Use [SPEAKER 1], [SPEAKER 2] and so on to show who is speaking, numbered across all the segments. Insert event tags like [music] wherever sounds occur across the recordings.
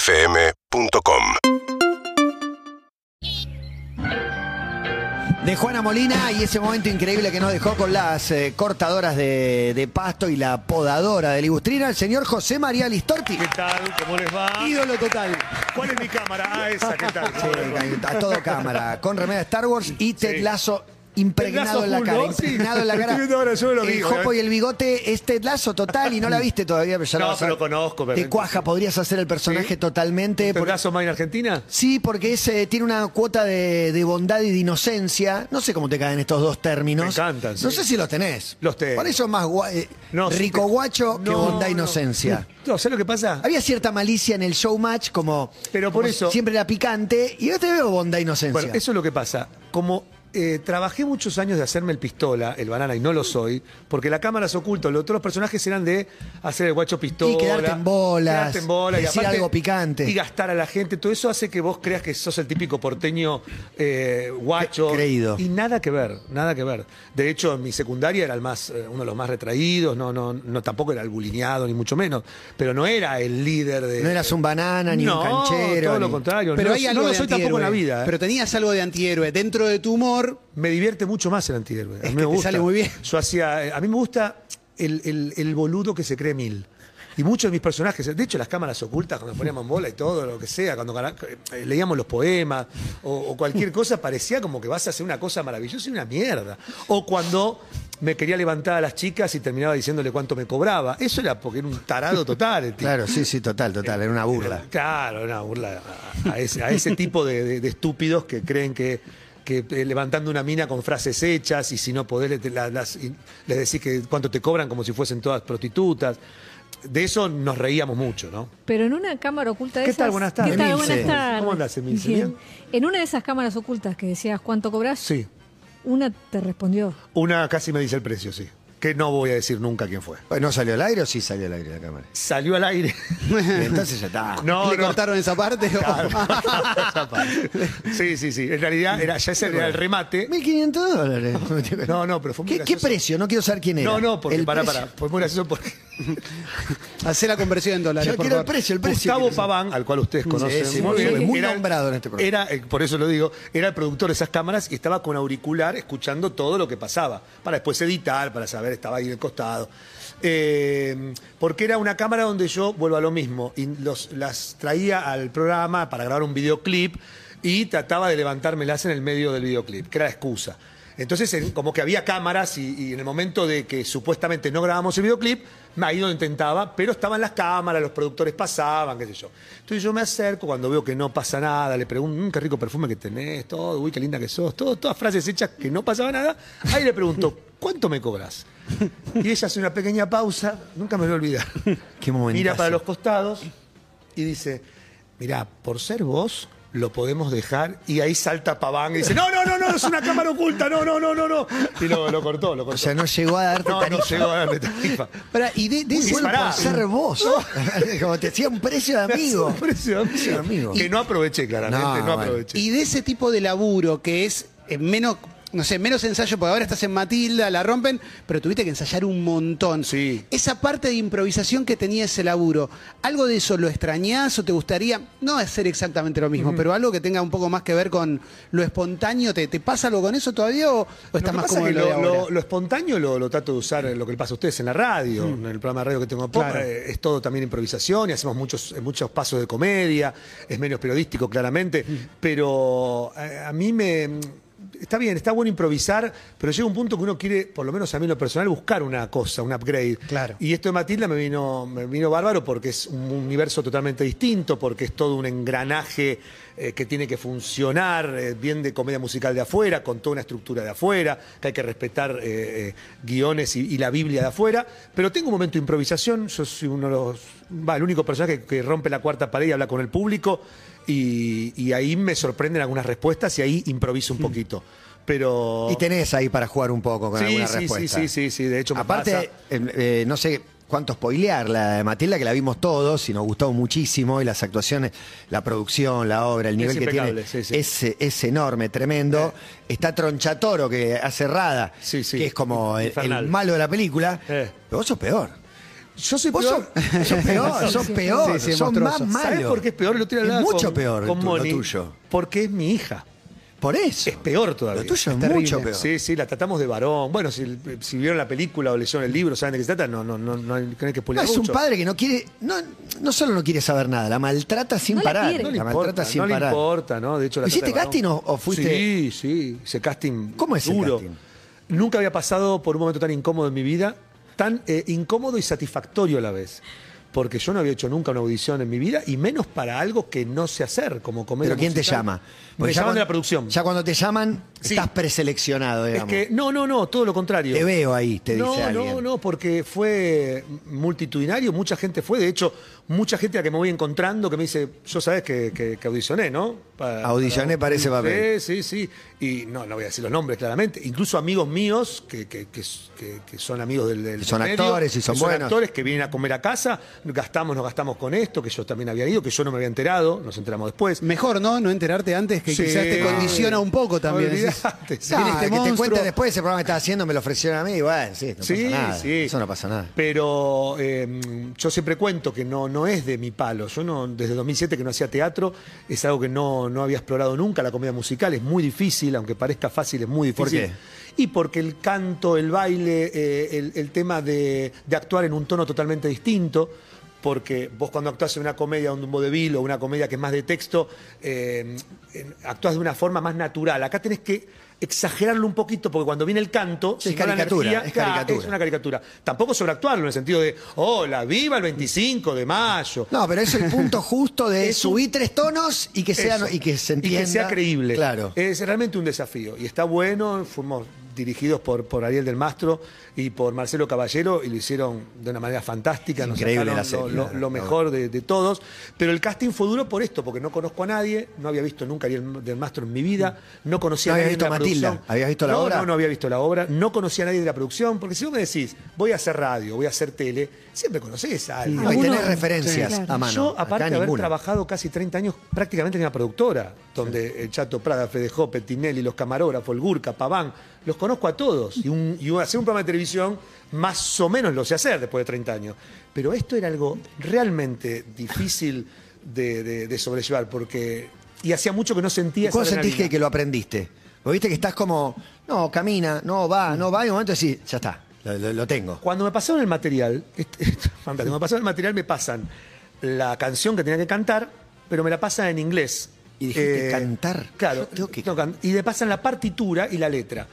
[SPEAKER 1] UrbanaPlayFM.com
[SPEAKER 2] de Juana Molina y ese momento increíble que nos dejó con las eh, cortadoras de, de pasto y la podadora de Ligustrina, el señor José María Listorti.
[SPEAKER 3] ¿Qué tal? ¿Cómo les va?
[SPEAKER 2] Ídolo total.
[SPEAKER 3] ¿Cuál es mi cámara? Ah, esa, ¿qué tal?
[SPEAKER 2] Sí, a todo cámara, con remera Star Wars y Ted
[SPEAKER 3] Sí.
[SPEAKER 2] Lazo impregnado
[SPEAKER 3] Ted Lazo
[SPEAKER 2] en la
[SPEAKER 3] full,
[SPEAKER 2] cara.
[SPEAKER 3] ¿no?
[SPEAKER 2] Impregnado en la
[SPEAKER 3] Sí.
[SPEAKER 2] cara.
[SPEAKER 3] [laughs] Estoy viendo ahora, yo me lo
[SPEAKER 2] el
[SPEAKER 3] vi,
[SPEAKER 2] jopo
[SPEAKER 3] obviamente.
[SPEAKER 2] y el bigote es Ted Lazo total y no la viste todavía, pero ya
[SPEAKER 3] No,
[SPEAKER 2] la vas a
[SPEAKER 3] pero
[SPEAKER 2] ver.
[SPEAKER 3] lo conozco,
[SPEAKER 2] Te
[SPEAKER 3] obviamente.
[SPEAKER 2] cuaja, podrías hacer el personaje
[SPEAKER 3] Sí.
[SPEAKER 2] totalmente.
[SPEAKER 3] ¿Por
[SPEAKER 2] porque-
[SPEAKER 3] caso más en Argentina?
[SPEAKER 2] Sí, porque es, eh, tiene una cuota de, de bondad y de inocencia. No sé cómo te caen estos dos términos.
[SPEAKER 3] Me encantan, sí.
[SPEAKER 2] No sé si los tenés.
[SPEAKER 3] Los tengo.
[SPEAKER 2] Por eso es más gua- eh,
[SPEAKER 3] No,
[SPEAKER 2] rico
[SPEAKER 3] sí te-
[SPEAKER 2] guacho que
[SPEAKER 3] No,
[SPEAKER 2] bondad e
[SPEAKER 3] no.
[SPEAKER 2] inocencia.
[SPEAKER 3] No, ¿sabes lo que pasa?
[SPEAKER 2] Había cierta malicia en el showmatch, como,
[SPEAKER 3] Pero por
[SPEAKER 2] como
[SPEAKER 3] eso-
[SPEAKER 2] siempre era picante, y yo te veo bondad e inocencia.
[SPEAKER 3] Bueno, eso es lo que pasa. Como eh, trabajé muchos años de hacerme el pistola, el banana, y no lo soy, porque la cámara se oculta, los otros personajes eran de hacer el guacho pistola.
[SPEAKER 2] Y quedarte en bolas,
[SPEAKER 3] quedarte en bolas, y
[SPEAKER 2] decir
[SPEAKER 3] aparte-
[SPEAKER 2] algo picante.
[SPEAKER 3] Y gastar a la gente. Todo eso hace que vos creas que sos el típico porteño eh, guacho.
[SPEAKER 2] Cre- creído.
[SPEAKER 3] Y nada que ver, nada que ver. De hecho, en mi secundaria era el más, eh, uno de los más retraídos, no, no, no, tampoco era el bulineado, ni mucho menos. Pero no era el líder de.
[SPEAKER 2] No eras un banana, ni un
[SPEAKER 3] No,
[SPEAKER 2] canchero.
[SPEAKER 3] todo lo
[SPEAKER 2] ni-
[SPEAKER 3] contrario.
[SPEAKER 4] Pero
[SPEAKER 3] no,
[SPEAKER 4] hay
[SPEAKER 3] no
[SPEAKER 4] algo
[SPEAKER 3] lo
[SPEAKER 4] de
[SPEAKER 3] soy tampoco en la
[SPEAKER 4] antihéroe.
[SPEAKER 3] vida. ¿eh?
[SPEAKER 4] Pero tenías algo de antihéroe. Dentro de tu humor,
[SPEAKER 3] me divierte mucho más el antihéroe. A mí
[SPEAKER 4] Es
[SPEAKER 3] me
[SPEAKER 4] que te
[SPEAKER 3] gusta.
[SPEAKER 4] sale muy bien.
[SPEAKER 3] Yo hacía, eh, a mí me gusta el, el- el boludo que se cree mil. Y muchos de mis personajes, de hecho las cámaras ocultas, cuando poníamos en bola y todo, lo que sea, cuando gana- eh, leíamos los poemas o, o cualquier cosa, parecía como que vas a hacer una cosa maravillosa y una mierda. O cuando me quería levantar a las chicas y terminaba diciéndole cuánto me cobraba. Eso era porque era un tarado total. el tipo.
[SPEAKER 2] Claro, sí, sí, total, total. Era una burla.
[SPEAKER 3] Eh, Claro, una burla a, a ese, a ese tipo de, de- de estúpidos que creen que, que, eh, levantando una mina con frases hechas y si no podés le- te- la- las- y les decís que cuánto te cobran como si fuesen todas prostitutas. De eso nos reíamos mucho, ¿no?
[SPEAKER 5] Pero en una cámara oculta de
[SPEAKER 3] ¿Qué
[SPEAKER 5] esas...
[SPEAKER 3] tal? Buenas tardes.
[SPEAKER 5] ¿Qué tal?
[SPEAKER 2] Emilce.
[SPEAKER 5] Buenas tardes.
[SPEAKER 3] ¿Cómo andás, Emilce?
[SPEAKER 5] Bien.
[SPEAKER 3] ¿Bien?
[SPEAKER 5] En una de esas cámaras ocultas que decías cuánto cobras,
[SPEAKER 3] Sí.
[SPEAKER 5] una te respondió.
[SPEAKER 3] Una casi me dice el precio, sí. Que no voy a decir nunca quién fue.
[SPEAKER 2] Bueno, ¿No salió al aire o sí salió al aire la cámara?
[SPEAKER 3] Salió al [laughs] aire.
[SPEAKER 2] [laughs] Entonces ya está.
[SPEAKER 3] No,
[SPEAKER 4] ¿le
[SPEAKER 3] no.
[SPEAKER 4] cortaron esa parte?
[SPEAKER 2] [laughs]
[SPEAKER 3] Sí, sí, sí. En realidad era, ya ese era el remate.
[SPEAKER 2] 1.500 dólares.
[SPEAKER 3] [laughs] No, no, pero fue muy
[SPEAKER 2] ¿Qué, qué
[SPEAKER 3] gracioso.
[SPEAKER 2] precio? No quiero saber quién era.
[SPEAKER 3] No, no, porque
[SPEAKER 2] El
[SPEAKER 3] para,
[SPEAKER 2] precio.
[SPEAKER 3] para. Fue muy gracioso porque
[SPEAKER 4] Hacer la conversión en dólares,
[SPEAKER 2] Yo
[SPEAKER 4] por
[SPEAKER 2] quiero el
[SPEAKER 4] favor.
[SPEAKER 2] precio, el precio.
[SPEAKER 3] Gustavo
[SPEAKER 2] quiero saber.
[SPEAKER 3] Paván, al cual ustedes conocen,
[SPEAKER 2] sí, muy bien, muy nombrado en este programa.
[SPEAKER 3] Era, eh, por eso lo digo, era el productor de esas cámaras y estaba con auricular escuchando todo lo que pasaba, para después editar, para saber, estaba ahí del costado. Eh, porque era una cámara donde yo vuelvo a lo mismo, y los- las traía al programa para grabar un videoclip y trataba de levantármelas en el medio del videoclip, que era la excusa. Entonces, en- como que había cámaras y, y en el momento de que supuestamente no grabamos el videoclip, ahí lo intentaba, pero estaban las cámaras, los productores pasaban, qué sé yo. Entonces yo me acerco cuando veo que no pasa nada, le pregunto, "Mm, qué rico perfume que tenés, todo, uy, qué linda que sos, todo, todas frases hechas que no pasaba nada. Ahí le pregunto, ¿cuánto me cobras? Y ella hace una pequeña pausa, nunca me lo voy a olvidar.
[SPEAKER 2] Qué momentazo.
[SPEAKER 3] Mira para los costados y dice, mirá, por ser vos lo podemos dejar y ahí salta Paván y dice, no, no, no, no, es una cámara oculta, no, no, no, no, no. Y lo, lo cortó, lo cortó.
[SPEAKER 2] O sea, no llegó a
[SPEAKER 3] [laughs]
[SPEAKER 2] darte
[SPEAKER 3] no, no
[SPEAKER 2] tarifa.
[SPEAKER 3] llegó a darle tarifa.
[SPEAKER 2] Pará, y de, de
[SPEAKER 3] Uy,
[SPEAKER 2] ese
[SPEAKER 3] pará.
[SPEAKER 2] por ser vos. [laughs] Como te hacía un
[SPEAKER 3] [laughs]
[SPEAKER 2] precio de amigo.
[SPEAKER 3] Precio de amigo.
[SPEAKER 2] Amigo.
[SPEAKER 3] Que no aproveché, claramente,
[SPEAKER 2] No,
[SPEAKER 3] no,
[SPEAKER 2] bueno.
[SPEAKER 3] aproveché.
[SPEAKER 4] Y de ese tipo de laburo que es eh, menos, no sé, menos ensayo, porque ahora estás en Matilda, la rompen, pero tuviste que ensayar un montón.
[SPEAKER 3] Sí.
[SPEAKER 4] Esa parte de improvisación que tenía ese laburo, ¿algo de eso lo extrañás o te gustaría? No hacer exactamente lo mismo, pero algo que tenga un poco más que ver con lo espontáneo, ¿te, te pasa algo con eso todavía o, o estás
[SPEAKER 3] Lo que
[SPEAKER 4] más
[SPEAKER 3] pasa
[SPEAKER 4] cómodo en
[SPEAKER 3] es que
[SPEAKER 4] lo de
[SPEAKER 3] lo,
[SPEAKER 4] ahora?
[SPEAKER 3] lo- lo espontáneo lo, lo trato de usar en lo que le pasa a ustedes en la radio,
[SPEAKER 4] Hmm.
[SPEAKER 3] en el programa de radio que tengo a Pop,
[SPEAKER 4] Claro.
[SPEAKER 3] eh, es todo también improvisación y hacemos muchos, eh, muchos pasos de comedia, es menos periodístico claramente,
[SPEAKER 4] Hmm.
[SPEAKER 3] pero eh, a mí me... Está bien, está bueno improvisar, pero llega un punto que uno quiere, por lo menos a mí en lo personal, buscar una cosa, un upgrade.
[SPEAKER 4] Claro.
[SPEAKER 3] Y esto de Matilda me vino, me vino bárbaro porque es un universo totalmente distinto, porque es todo un engranaje eh, que tiene que funcionar, eh, bien de comedia musical de afuera, con toda una estructura de afuera, que hay que respetar eh, eh, guiones y, y la Biblia de afuera. Pero tengo un momento de improvisación, yo soy uno de los. Va, el único personaje que, que rompe la cuarta pared y habla con el público, y, y ahí me sorprenden algunas respuestas y ahí improviso un poquito. Pero.
[SPEAKER 2] Mm. Y tenés ahí para jugar un poco con
[SPEAKER 3] Sí,
[SPEAKER 2] alguna
[SPEAKER 3] sí, sí,
[SPEAKER 2] respuesta.
[SPEAKER 3] sí, sí, sí, de hecho me pasa.
[SPEAKER 2] Aparte, eh, eh, no sé cuánto spoilear la de Matilda, que la vimos todos y nos gustó muchísimo. Y las actuaciones, la producción, la obra, el nivel que tiene.
[SPEAKER 3] impecable, sí, sí.
[SPEAKER 2] Es, eh, es enorme, tremendo. Está Tronchatoro, que hace Rada,
[SPEAKER 3] Sí, sí.
[SPEAKER 2] que es como el, el
[SPEAKER 3] Infernal.
[SPEAKER 2] malo de la película.
[SPEAKER 3] Eh.
[SPEAKER 2] Pero vos sos peor.
[SPEAKER 4] Yo soy
[SPEAKER 2] Vos
[SPEAKER 4] peor.
[SPEAKER 2] sos, sos
[SPEAKER 3] [laughs]
[SPEAKER 2] peor,
[SPEAKER 5] Sí,
[SPEAKER 2] sos
[SPEAKER 5] sí.
[SPEAKER 2] peor,
[SPEAKER 4] Sí, sí, es
[SPEAKER 2] sos más
[SPEAKER 4] monstruoso.
[SPEAKER 2] malo.
[SPEAKER 3] ¿Sabes por qué es peor? El otro día
[SPEAKER 2] Es
[SPEAKER 3] hablaba
[SPEAKER 2] mucho
[SPEAKER 3] con-
[SPEAKER 2] peor
[SPEAKER 3] con
[SPEAKER 2] tu- lo
[SPEAKER 3] Moni,
[SPEAKER 2] tuyo.
[SPEAKER 3] Porque es mi hija.
[SPEAKER 2] Por eso.
[SPEAKER 3] Es peor todavía.
[SPEAKER 2] Lo tuyo es,
[SPEAKER 4] terrible.
[SPEAKER 2] mucho peor.
[SPEAKER 3] Sí, sí, la tratamos de varón. Bueno, si, si vieron la película o leyeron el libro, saben de qué se trata, no, no, no, no hay no hay que
[SPEAKER 2] No,
[SPEAKER 3] spoilear
[SPEAKER 2] es un
[SPEAKER 3] mucho.
[SPEAKER 2] padre que no quiere, no, no solo no quiere saber nada, la maltrata sin
[SPEAKER 5] No la
[SPEAKER 2] parar.
[SPEAKER 5] quiere.
[SPEAKER 3] No
[SPEAKER 5] que
[SPEAKER 3] le
[SPEAKER 2] la
[SPEAKER 3] importa,
[SPEAKER 2] maltrata sin
[SPEAKER 3] no le
[SPEAKER 2] parar.
[SPEAKER 3] importa, ¿no? De hecho, la
[SPEAKER 2] ¿Hiciste
[SPEAKER 3] trata de varón.
[SPEAKER 2] casting o- o fuiste-
[SPEAKER 3] Sí, sí, ese casting
[SPEAKER 2] ¿Cómo es el
[SPEAKER 3] duro.
[SPEAKER 2] casting?
[SPEAKER 3] Nunca había pasado por un momento tan incómodo en mi vida, tan eh, incómodo y satisfactorio a la vez. Porque yo no había hecho nunca una audición en mi vida, y menos para algo que no sé hacer, como comedia
[SPEAKER 2] Pero ¿quién te
[SPEAKER 3] musical.
[SPEAKER 2] llama?
[SPEAKER 3] Me
[SPEAKER 2] Porque
[SPEAKER 3] llaman
[SPEAKER 2] ya
[SPEAKER 3] de
[SPEAKER 2] cuando-
[SPEAKER 3] la producción.
[SPEAKER 2] Ya cuando te llaman,
[SPEAKER 3] Sí.
[SPEAKER 2] estás preseleccionado,
[SPEAKER 3] Es
[SPEAKER 2] digamos.
[SPEAKER 3] que, no, no, no, todo lo contrario.
[SPEAKER 2] Te veo ahí, te
[SPEAKER 3] no,
[SPEAKER 2] dice alguien.
[SPEAKER 3] No, no, porque fue multitudinario, mucha gente fue. De hecho, mucha gente a la que me voy encontrando que me dice, yo sabes que, que- que audicioné, ¿no? Para-
[SPEAKER 2] Audicioné para ese papel.
[SPEAKER 3] Sí, sí, sí. Y no, no voy a decir los nombres, claramente. Incluso amigos míos que, que- que- que- que son amigos del, del
[SPEAKER 2] Que son
[SPEAKER 3] medio,
[SPEAKER 2] actores y
[SPEAKER 3] que
[SPEAKER 2] son buenos.
[SPEAKER 3] actores que vienen a comer a casa, gastamos, nos gastamos con esto, que yo también había ido, que yo no me había enterado, nos enteramos después.
[SPEAKER 4] Mejor, ¿no? No enterarte antes, que
[SPEAKER 3] Sí.
[SPEAKER 4] quizás te condiciona un poco también. Decís,
[SPEAKER 3] Olvidate, sí.
[SPEAKER 2] Ah,
[SPEAKER 4] viene este
[SPEAKER 2] que te
[SPEAKER 4] monstruo.
[SPEAKER 2] cuenten después ese programa que estás haciendo, me lo ofrecieron a mí, y bueno, sí, no
[SPEAKER 3] sí,
[SPEAKER 2] pasa nada.
[SPEAKER 3] sí.
[SPEAKER 2] Eso no pasa nada.
[SPEAKER 3] Pero eh, yo siempre cuento que no, no es de mi palo. Yo no, desde 2007 que no hacía teatro, es algo que no, no había explorado nunca. La comedia musical es muy difícil, aunque parezca fácil, es muy
[SPEAKER 2] ¿Por
[SPEAKER 3] difícil. Y porque el canto, el baile, eh, el, el tema de, de actuar en un tono totalmente distinto. Porque vos cuando actuás en una comedia, un vodevil o una comedia que es más de texto, eh, en- actuás de una forma más natural. Acá tenés que exagerarlo un poquito, porque cuando viene el canto,
[SPEAKER 2] Sí, es
[SPEAKER 3] si no la
[SPEAKER 2] caricatura,
[SPEAKER 3] energía-
[SPEAKER 2] es
[SPEAKER 3] Claro,
[SPEAKER 2] caricatura.
[SPEAKER 3] es una caricatura. Tampoco sobreactuarlo en el sentido de, oh, hola, viva el 25 de mayo.
[SPEAKER 2] No, pero es el
[SPEAKER 3] [laughs]
[SPEAKER 2] punto justo de
[SPEAKER 3] Es un-
[SPEAKER 2] subir tres tonos y que sea
[SPEAKER 3] Eso.
[SPEAKER 2] y que
[SPEAKER 3] Y
[SPEAKER 2] se entienda.
[SPEAKER 3] sea creíble.
[SPEAKER 2] Claro.
[SPEAKER 3] Es realmente un desafío. Y está bueno, fuimos dirigidos por, por Ariel del Mastro y por Marcelo Caballero y lo hicieron de una manera fantástica. Nos
[SPEAKER 2] Increíble
[SPEAKER 3] sacaron
[SPEAKER 2] la serie,
[SPEAKER 3] lo, lo-
[SPEAKER 2] claro,
[SPEAKER 3] lo mejor de, de todos. Pero el casting fue duro por esto, porque no conozco a nadie, no había visto nunca a Ariel del Mastro en mi vida, no conocía
[SPEAKER 2] No
[SPEAKER 3] a nadie
[SPEAKER 2] habías
[SPEAKER 3] de
[SPEAKER 2] visto
[SPEAKER 3] la
[SPEAKER 2] Matilda,
[SPEAKER 3] producción.
[SPEAKER 2] ¿habías visto la
[SPEAKER 3] No,
[SPEAKER 2] obra?
[SPEAKER 3] No, no había visto la obra, no conocía a nadie de la producción, porque si vos me decís, voy a hacer radio, voy a hacer tele, siempre conocés a alguien.
[SPEAKER 2] No, y
[SPEAKER 5] Alguno-
[SPEAKER 2] tenés referencias
[SPEAKER 5] Sí, claro.
[SPEAKER 2] a mano.
[SPEAKER 3] Yo, aparte
[SPEAKER 2] Acá
[SPEAKER 3] de haber
[SPEAKER 2] ninguna.
[SPEAKER 3] trabajado casi 30 años prácticamente en una productora, donde el Chato Prada, Fede Hoppe, Tinelli, los camarógrafos, el Gurka, Paván, los conozco a todos. Y, un- y hacer un programa de televisión más o menos lo sé hacer después de 30 años. Pero esto era algo realmente difícil de, de- de sobrellevar, porque. Y hacía mucho que no
[SPEAKER 2] ¿Y
[SPEAKER 3] sentía esa
[SPEAKER 2] cuándo sentís que,
[SPEAKER 3] adrenalina.
[SPEAKER 2] que lo aprendiste? Porque viste que estás como, no, camina, no, va, no va, y en un momento decís, ya está, lo, lo- lo tengo.
[SPEAKER 3] Cuando me pasaron el material, [laughs] este- esto es fantástico, cuando me pasaron el material me pasan la canción que tenía que cantar, pero me la pasan en inglés. Eh,
[SPEAKER 2] Y dijiste, ¿cantar?
[SPEAKER 3] Claro.
[SPEAKER 2] Yo tengo que-
[SPEAKER 3] tengo can- y me pasan la partitura y la letra.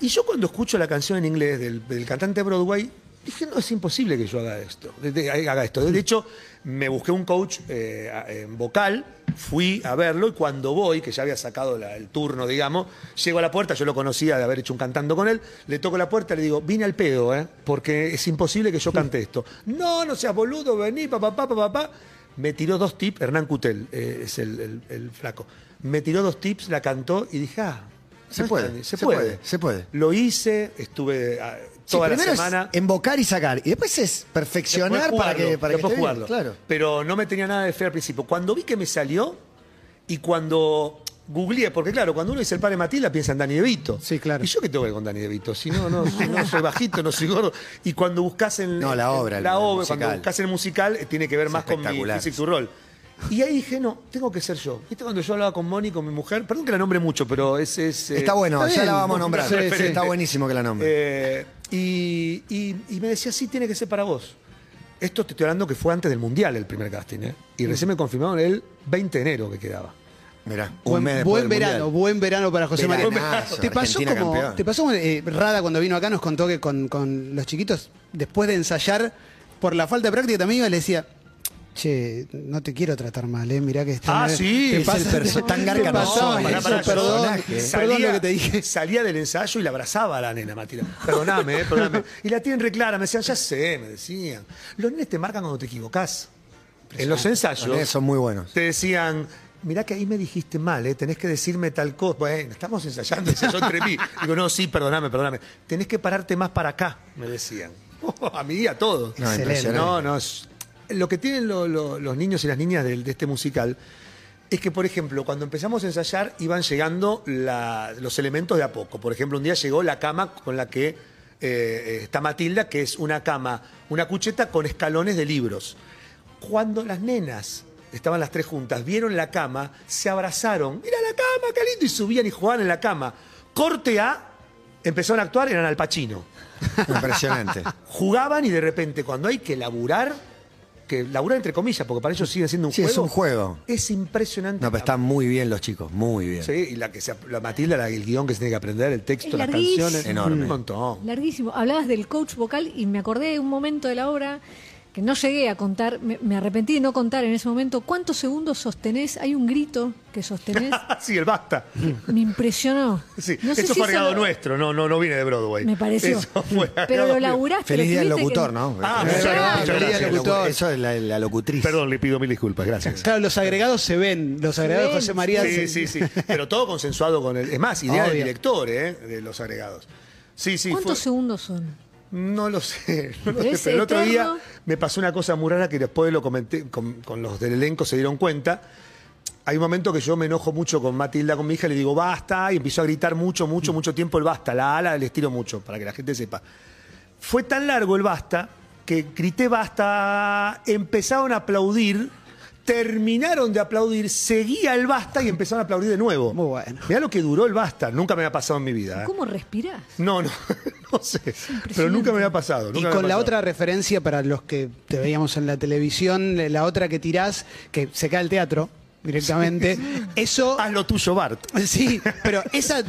[SPEAKER 3] Y yo cuando escucho la canción en inglés del, del cantante de Broadway, dije, no, es imposible que yo haga esto. de- de- haga esto. De hecho, me busqué un coach eh, a- en vocal, fui a verlo y cuando voy, que ya había sacado la- el turno, digamos, llego a la puerta, yo lo conocía de haber hecho un cantando con él, le toco la puerta y le digo, vine al pedo, ¿eh? porque es imposible que yo cante esto. No, no seas boludo, vení, papá, papá, papá. Me tiró dos tips, Hernán Cutel eh, es el, el- el flaco. Me tiró dos tips, la cantó y dije, ah,
[SPEAKER 2] Se
[SPEAKER 3] no es
[SPEAKER 2] puede,
[SPEAKER 3] tan-
[SPEAKER 2] se puede, se puede.
[SPEAKER 3] Lo hice, estuve ah,
[SPEAKER 2] Sí,
[SPEAKER 3] toda la
[SPEAKER 2] primero
[SPEAKER 3] semana.
[SPEAKER 2] es invocar y sacar, y después es
[SPEAKER 3] Después
[SPEAKER 2] perfeccionar para
[SPEAKER 3] jugarlo,
[SPEAKER 2] que, para que
[SPEAKER 3] después
[SPEAKER 2] esté bien,
[SPEAKER 3] jugarlo.
[SPEAKER 2] Claro.
[SPEAKER 3] Pero no me tenía nada de fe al principio. Cuando vi que me salió y cuando googleé, porque claro, cuando uno dice el padre Matilda piensa en Dani De Vito.
[SPEAKER 4] Sí, claro.
[SPEAKER 3] ¿Y yo qué tengo que ver con Dani De Vito? Si no, no, si no soy bajito, no soy gordo. Y cuando buscas en
[SPEAKER 2] No, la obra, el-
[SPEAKER 3] la
[SPEAKER 2] el
[SPEAKER 3] obra,
[SPEAKER 2] musical.
[SPEAKER 3] cuando buscas en el musical, eh, tiene que ver
[SPEAKER 2] Es
[SPEAKER 3] más con mi
[SPEAKER 2] espectacular.
[SPEAKER 3] physique to roll. Y ahí dije, no, tengo que ser yo. ¿Viste cuando yo hablaba con Moni, con mi mujer? Perdón que la nombre mucho, pero es... es eh,
[SPEAKER 2] está bueno,
[SPEAKER 4] está
[SPEAKER 2] ya la
[SPEAKER 4] bien,
[SPEAKER 2] vamos a nombrar.
[SPEAKER 4] sí, sí.
[SPEAKER 2] Está buenísimo que la nombre.
[SPEAKER 3] eh, y, y- y me decía, sí, tiene que ser para vos. Esto te estoy hablando que fue antes del Mundial el primer casting, ¿eh? Y recién me confirmaron el 20 de enero que quedaba.
[SPEAKER 2] Mirá, un
[SPEAKER 4] Buen,
[SPEAKER 2] mes después
[SPEAKER 4] buen
[SPEAKER 2] del
[SPEAKER 4] verano,
[SPEAKER 2] Mundial.
[SPEAKER 4] buen verano para José María.
[SPEAKER 2] Veranazo,
[SPEAKER 4] ¿Te pasó
[SPEAKER 2] Argentina
[SPEAKER 4] como,
[SPEAKER 2] campeón.
[SPEAKER 4] te pasó como, eh, Rada cuando vino acá? Nos contó que con, con los chiquitos, después de ensayar, por la falta de práctica también iba y le decía. Che, no te quiero tratar mal, eh. Mirá que está.
[SPEAKER 3] Ah, sí,
[SPEAKER 4] te
[SPEAKER 3] es
[SPEAKER 4] pasa-
[SPEAKER 2] el perso-
[SPEAKER 4] te-
[SPEAKER 2] tan
[SPEAKER 4] te
[SPEAKER 2] garca no
[SPEAKER 4] pasaba eso,
[SPEAKER 2] soy,
[SPEAKER 3] Pará, pará, yo
[SPEAKER 4] perdón,
[SPEAKER 2] personaje, eh.
[SPEAKER 4] perdón lo que te dije.
[SPEAKER 3] Salía del ensayo y la abrazaba a la nena, Matilda. Perdoname, eh, perdoname. Y la tienen reclara, me decían, ya sé, me decían. Los nenes te marcan cuando te equivocás. En los ensayos.
[SPEAKER 2] Los nenes son
[SPEAKER 3] [laughs]
[SPEAKER 2] muy buenos.
[SPEAKER 3] Te decían. Mirá que ahí me dijiste mal, ¿eh? tenés que decirme tal cosa. Bueno, estamos ensayando, ensayó entre mí. [laughs] Digo, no, sí, perdoname, perdoname. Tenés que pararte más para acá, me decían. [laughs] a mí y a todos.
[SPEAKER 2] No,
[SPEAKER 4] Excelente.
[SPEAKER 2] impresionante.
[SPEAKER 3] No, no. es- Lo que tienen lo- lo- los niños y las niñas del- de, este musical es que, por ejemplo, cuando empezamos a ensayar iban llegando la- los elementos de a poco. Por ejemplo, un día llegó la cama con la que eh, está Matilda, que es una cama, una cucheta con escalones de libros. Cuando las nenas estaban las tres juntas, vieron la cama, se abrazaron, mira la cama, qué lindo, y subían y jugaban en la cama. Corte A, empezaron a actuar, eran al Pacino.
[SPEAKER 2] Impresionante.
[SPEAKER 3] Jugaban y de repente cuando hay que laburar, que laburar entre comillas, porque para ellos sigue siendo un
[SPEAKER 2] Sí, es
[SPEAKER 3] juego.
[SPEAKER 2] un juego.
[SPEAKER 3] Es impresionante.
[SPEAKER 2] No, pero están muy bien los chicos, muy bien.
[SPEAKER 3] Sí, y la que se, la Matilda, la- el guión que se tiene que aprender, el texto,
[SPEAKER 5] Es
[SPEAKER 3] las
[SPEAKER 5] larguísimo.
[SPEAKER 3] canciones.
[SPEAKER 2] Enorme.
[SPEAKER 3] Un [laughs] montón.
[SPEAKER 5] Larguísimo. Hablabas del coach vocal y me acordé de un momento de la obra que no llegué a contar, me, me arrepentí de no contar en ese momento. ¿Cuántos segundos sostenés? Hay un grito
[SPEAKER 3] [laughs]
[SPEAKER 5] que sostenés.
[SPEAKER 3] sí, el basta.
[SPEAKER 5] Me impresionó.
[SPEAKER 3] Sí,
[SPEAKER 5] No sé
[SPEAKER 3] eso
[SPEAKER 5] si
[SPEAKER 3] fue agregado
[SPEAKER 5] lo-
[SPEAKER 3] nuestro, no, no, no viene de Broadway.
[SPEAKER 5] Me pareció.
[SPEAKER 3] Eso fue
[SPEAKER 5] Pero
[SPEAKER 3] agregado-
[SPEAKER 5] lo laburaste.
[SPEAKER 2] Feliz
[SPEAKER 5] lo
[SPEAKER 2] día del
[SPEAKER 5] tuviste que-
[SPEAKER 2] locutor, ¿no?
[SPEAKER 3] Ah,
[SPEAKER 2] Feliz
[SPEAKER 3] muchas
[SPEAKER 2] día
[SPEAKER 3] gracias,
[SPEAKER 2] del
[SPEAKER 3] gracias.
[SPEAKER 2] locutor. Eso es la, la locutriz.
[SPEAKER 3] Perdón, le pido mil disculpas, gracias.
[SPEAKER 4] Claro, los agregados se ven, los agregados de
[SPEAKER 5] ven.
[SPEAKER 4] José María.
[SPEAKER 3] Sí,
[SPEAKER 4] se-
[SPEAKER 3] sí, sí. Pero todo consensuado con el. Es más, idea del
[SPEAKER 4] Obvio.
[SPEAKER 3] director, ¿eh? De los agregados. Sí, sí.
[SPEAKER 5] ¿Cuántos
[SPEAKER 3] fue-
[SPEAKER 5] segundos son?
[SPEAKER 3] No lo sé. [laughs] no lo
[SPEAKER 5] Pero
[SPEAKER 3] sé,
[SPEAKER 5] es
[SPEAKER 3] pero el otro día
[SPEAKER 5] eterno.
[SPEAKER 3] me pasó una cosa muy rara que después lo comenté con, con los del elenco, se dieron cuenta. Hay un momento que yo me enojo mucho con Matilda, con mi hija, le digo basta, y empiezo a gritar mucho,
[SPEAKER 4] Mm.
[SPEAKER 3] mucho, mucho tiempo el basta, la ala les tiro mucho, para que la gente sepa. Fue tan largo el basta que grité basta, empezaron a aplaudir, terminaron de aplaudir, seguía el basta y empezaron a aplaudir de nuevo.
[SPEAKER 4] Muy bueno.
[SPEAKER 3] Mirá lo que duró el basta, nunca me ha pasado en mi vida. ¿eh? [laughs]
[SPEAKER 5] ¿Cómo respirás?
[SPEAKER 3] No, no, no sé. Pero nunca me había pasado. nunca
[SPEAKER 4] Y
[SPEAKER 3] me había
[SPEAKER 4] con la
[SPEAKER 3] pasado.
[SPEAKER 4] otra referencia para los que te veíamos en la televisión, la otra que tirás, que se cae al teatro directamente, eso...
[SPEAKER 3] Haz lo tuyo, Bart.
[SPEAKER 4] Sí, pero esa...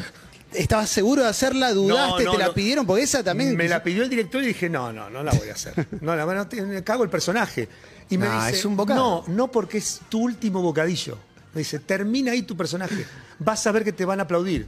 [SPEAKER 4] ¿Estabas seguro de hacerla? ¿Dudaste?
[SPEAKER 3] No, no,
[SPEAKER 4] ¿Te la
[SPEAKER 3] no.
[SPEAKER 4] pidieron? Porque esa también...
[SPEAKER 3] Me la pidió el director y dije, no, no, no la voy a hacer.
[SPEAKER 2] [laughs]
[SPEAKER 3] No, la no, te- me cago el personaje. Y me
[SPEAKER 2] Nah,
[SPEAKER 3] dice,
[SPEAKER 2] Ah, es un bocado.
[SPEAKER 3] No, no porque es tu último bocadillo. Me dice, termina ahí tu personaje. Vas a ver que te van a aplaudir.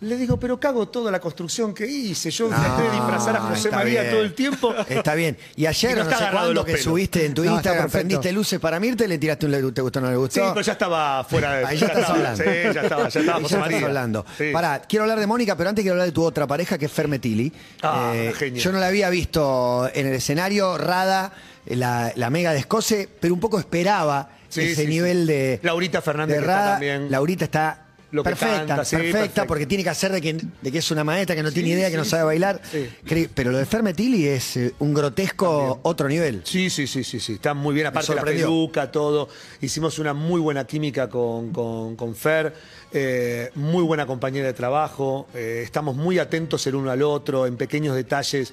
[SPEAKER 3] Le digo, pero cago toda la construcción que hice. Yo traté de disfrazar a
[SPEAKER 2] No,
[SPEAKER 3] José
[SPEAKER 2] Ah, está
[SPEAKER 3] María
[SPEAKER 2] bien.
[SPEAKER 3] todo el tiempo.
[SPEAKER 2] Está bien. Y
[SPEAKER 3] Y
[SPEAKER 2] ayer,
[SPEAKER 3] no
[SPEAKER 2] no,
[SPEAKER 3] está
[SPEAKER 2] sé
[SPEAKER 3] agarrado de
[SPEAKER 2] cuándo,
[SPEAKER 3] los
[SPEAKER 2] que
[SPEAKER 3] pelos.
[SPEAKER 2] subiste en tu
[SPEAKER 4] No, está
[SPEAKER 2] Instagram,
[SPEAKER 4] perfecto.
[SPEAKER 2] prendiste luces para Mirta y le tiraste un le te gustó, no le
[SPEAKER 3] Sí,
[SPEAKER 2] gustó.
[SPEAKER 3] pero ya estaba fuera de.
[SPEAKER 2] Ahí ya estás
[SPEAKER 3] estaba, Sí,
[SPEAKER 2] hablando.
[SPEAKER 3] ya estaba, ya estaba
[SPEAKER 2] Ahí
[SPEAKER 3] José
[SPEAKER 2] [laughs] ya
[SPEAKER 3] María.
[SPEAKER 2] estás hablando.
[SPEAKER 3] Sí.
[SPEAKER 2] Pará, quiero hablar de Mónica, pero antes quiero hablar de tu otra pareja, que es Fermetili.
[SPEAKER 3] Ah, genial.
[SPEAKER 2] Yo no la había visto en el escenario, Rada, la, la mega de Escoce, pero un poco esperaba
[SPEAKER 3] Sí,
[SPEAKER 2] ese
[SPEAKER 3] sí,
[SPEAKER 2] nivel
[SPEAKER 3] sí.
[SPEAKER 2] de.
[SPEAKER 3] Laurita Fernández,
[SPEAKER 2] de
[SPEAKER 3] que está
[SPEAKER 2] Rada.
[SPEAKER 3] también.
[SPEAKER 2] Laurita está.
[SPEAKER 3] Lo que
[SPEAKER 2] perfecta,
[SPEAKER 3] canta, sí,
[SPEAKER 2] perfecta,
[SPEAKER 3] perfecta.
[SPEAKER 2] porque tiene que hacer de que, de que es una maestra que no tiene idea, que no
[SPEAKER 3] sí,
[SPEAKER 2] sabe
[SPEAKER 3] sí,
[SPEAKER 2] bailar.
[SPEAKER 3] sí.
[SPEAKER 2] Cre- Pero lo de Fermetili es eh, un grotesco otro nivel.
[SPEAKER 3] Sí, sí, sí, sí, sí. Está muy bien. Aparte la
[SPEAKER 2] sorprendió.
[SPEAKER 3] peluca, todo. Hicimos una muy buena química con, con- con Fer. eh, muy buena compañera de trabajo. eh, estamos muy atentos el uno al otro, en pequeños detalles.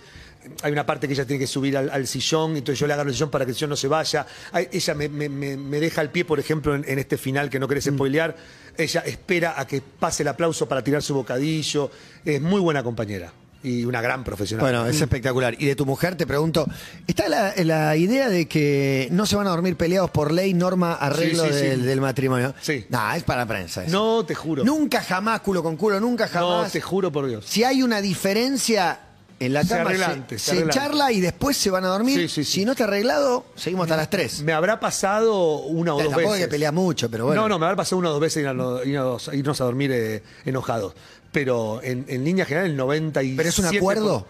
[SPEAKER 3] Hay una parte que ella tiene que subir al, al sillón, entonces yo le agarro el sillón para que el sillón no se vaya. Ay, ella me, me- me- me deja el pie, por ejemplo, en, en este final que no querés
[SPEAKER 2] Mm.
[SPEAKER 3] spoilear. Ella espera a que pase el aplauso para tirar su bocadillo. Es muy buena compañera y una gran profesional.
[SPEAKER 2] Bueno, es espectacular. Y de tu mujer te pregunto, ¿está la, la idea de que no se van a dormir peleados por ley, norma, arreglo
[SPEAKER 3] Sí, sí, sí.
[SPEAKER 2] Del, del matrimonio?
[SPEAKER 3] Sí.
[SPEAKER 2] No, es para la prensa. eso.
[SPEAKER 3] no, te juro.
[SPEAKER 2] Nunca jamás, culo con culo, nunca jamás.
[SPEAKER 3] No, te juro por Dios.
[SPEAKER 2] Si hay una diferencia en la
[SPEAKER 3] Se
[SPEAKER 2] cama,
[SPEAKER 3] arregla antes, se
[SPEAKER 2] se
[SPEAKER 3] arregla
[SPEAKER 2] charla y después se van a dormir.
[SPEAKER 3] Sí, sí, sí.
[SPEAKER 2] Si no está arreglado, seguimos hasta las 3.
[SPEAKER 3] Me habrá pasado una o dos
[SPEAKER 2] Tampoco es
[SPEAKER 3] veces.
[SPEAKER 2] que peleas mucho, pero bueno.
[SPEAKER 3] No, no, me habrá pasado una o dos veces irnos, irnos- irnos a dormir eh, enojados. Pero en, en línea general, el 97%.
[SPEAKER 2] ¿Pero es un acuerdo?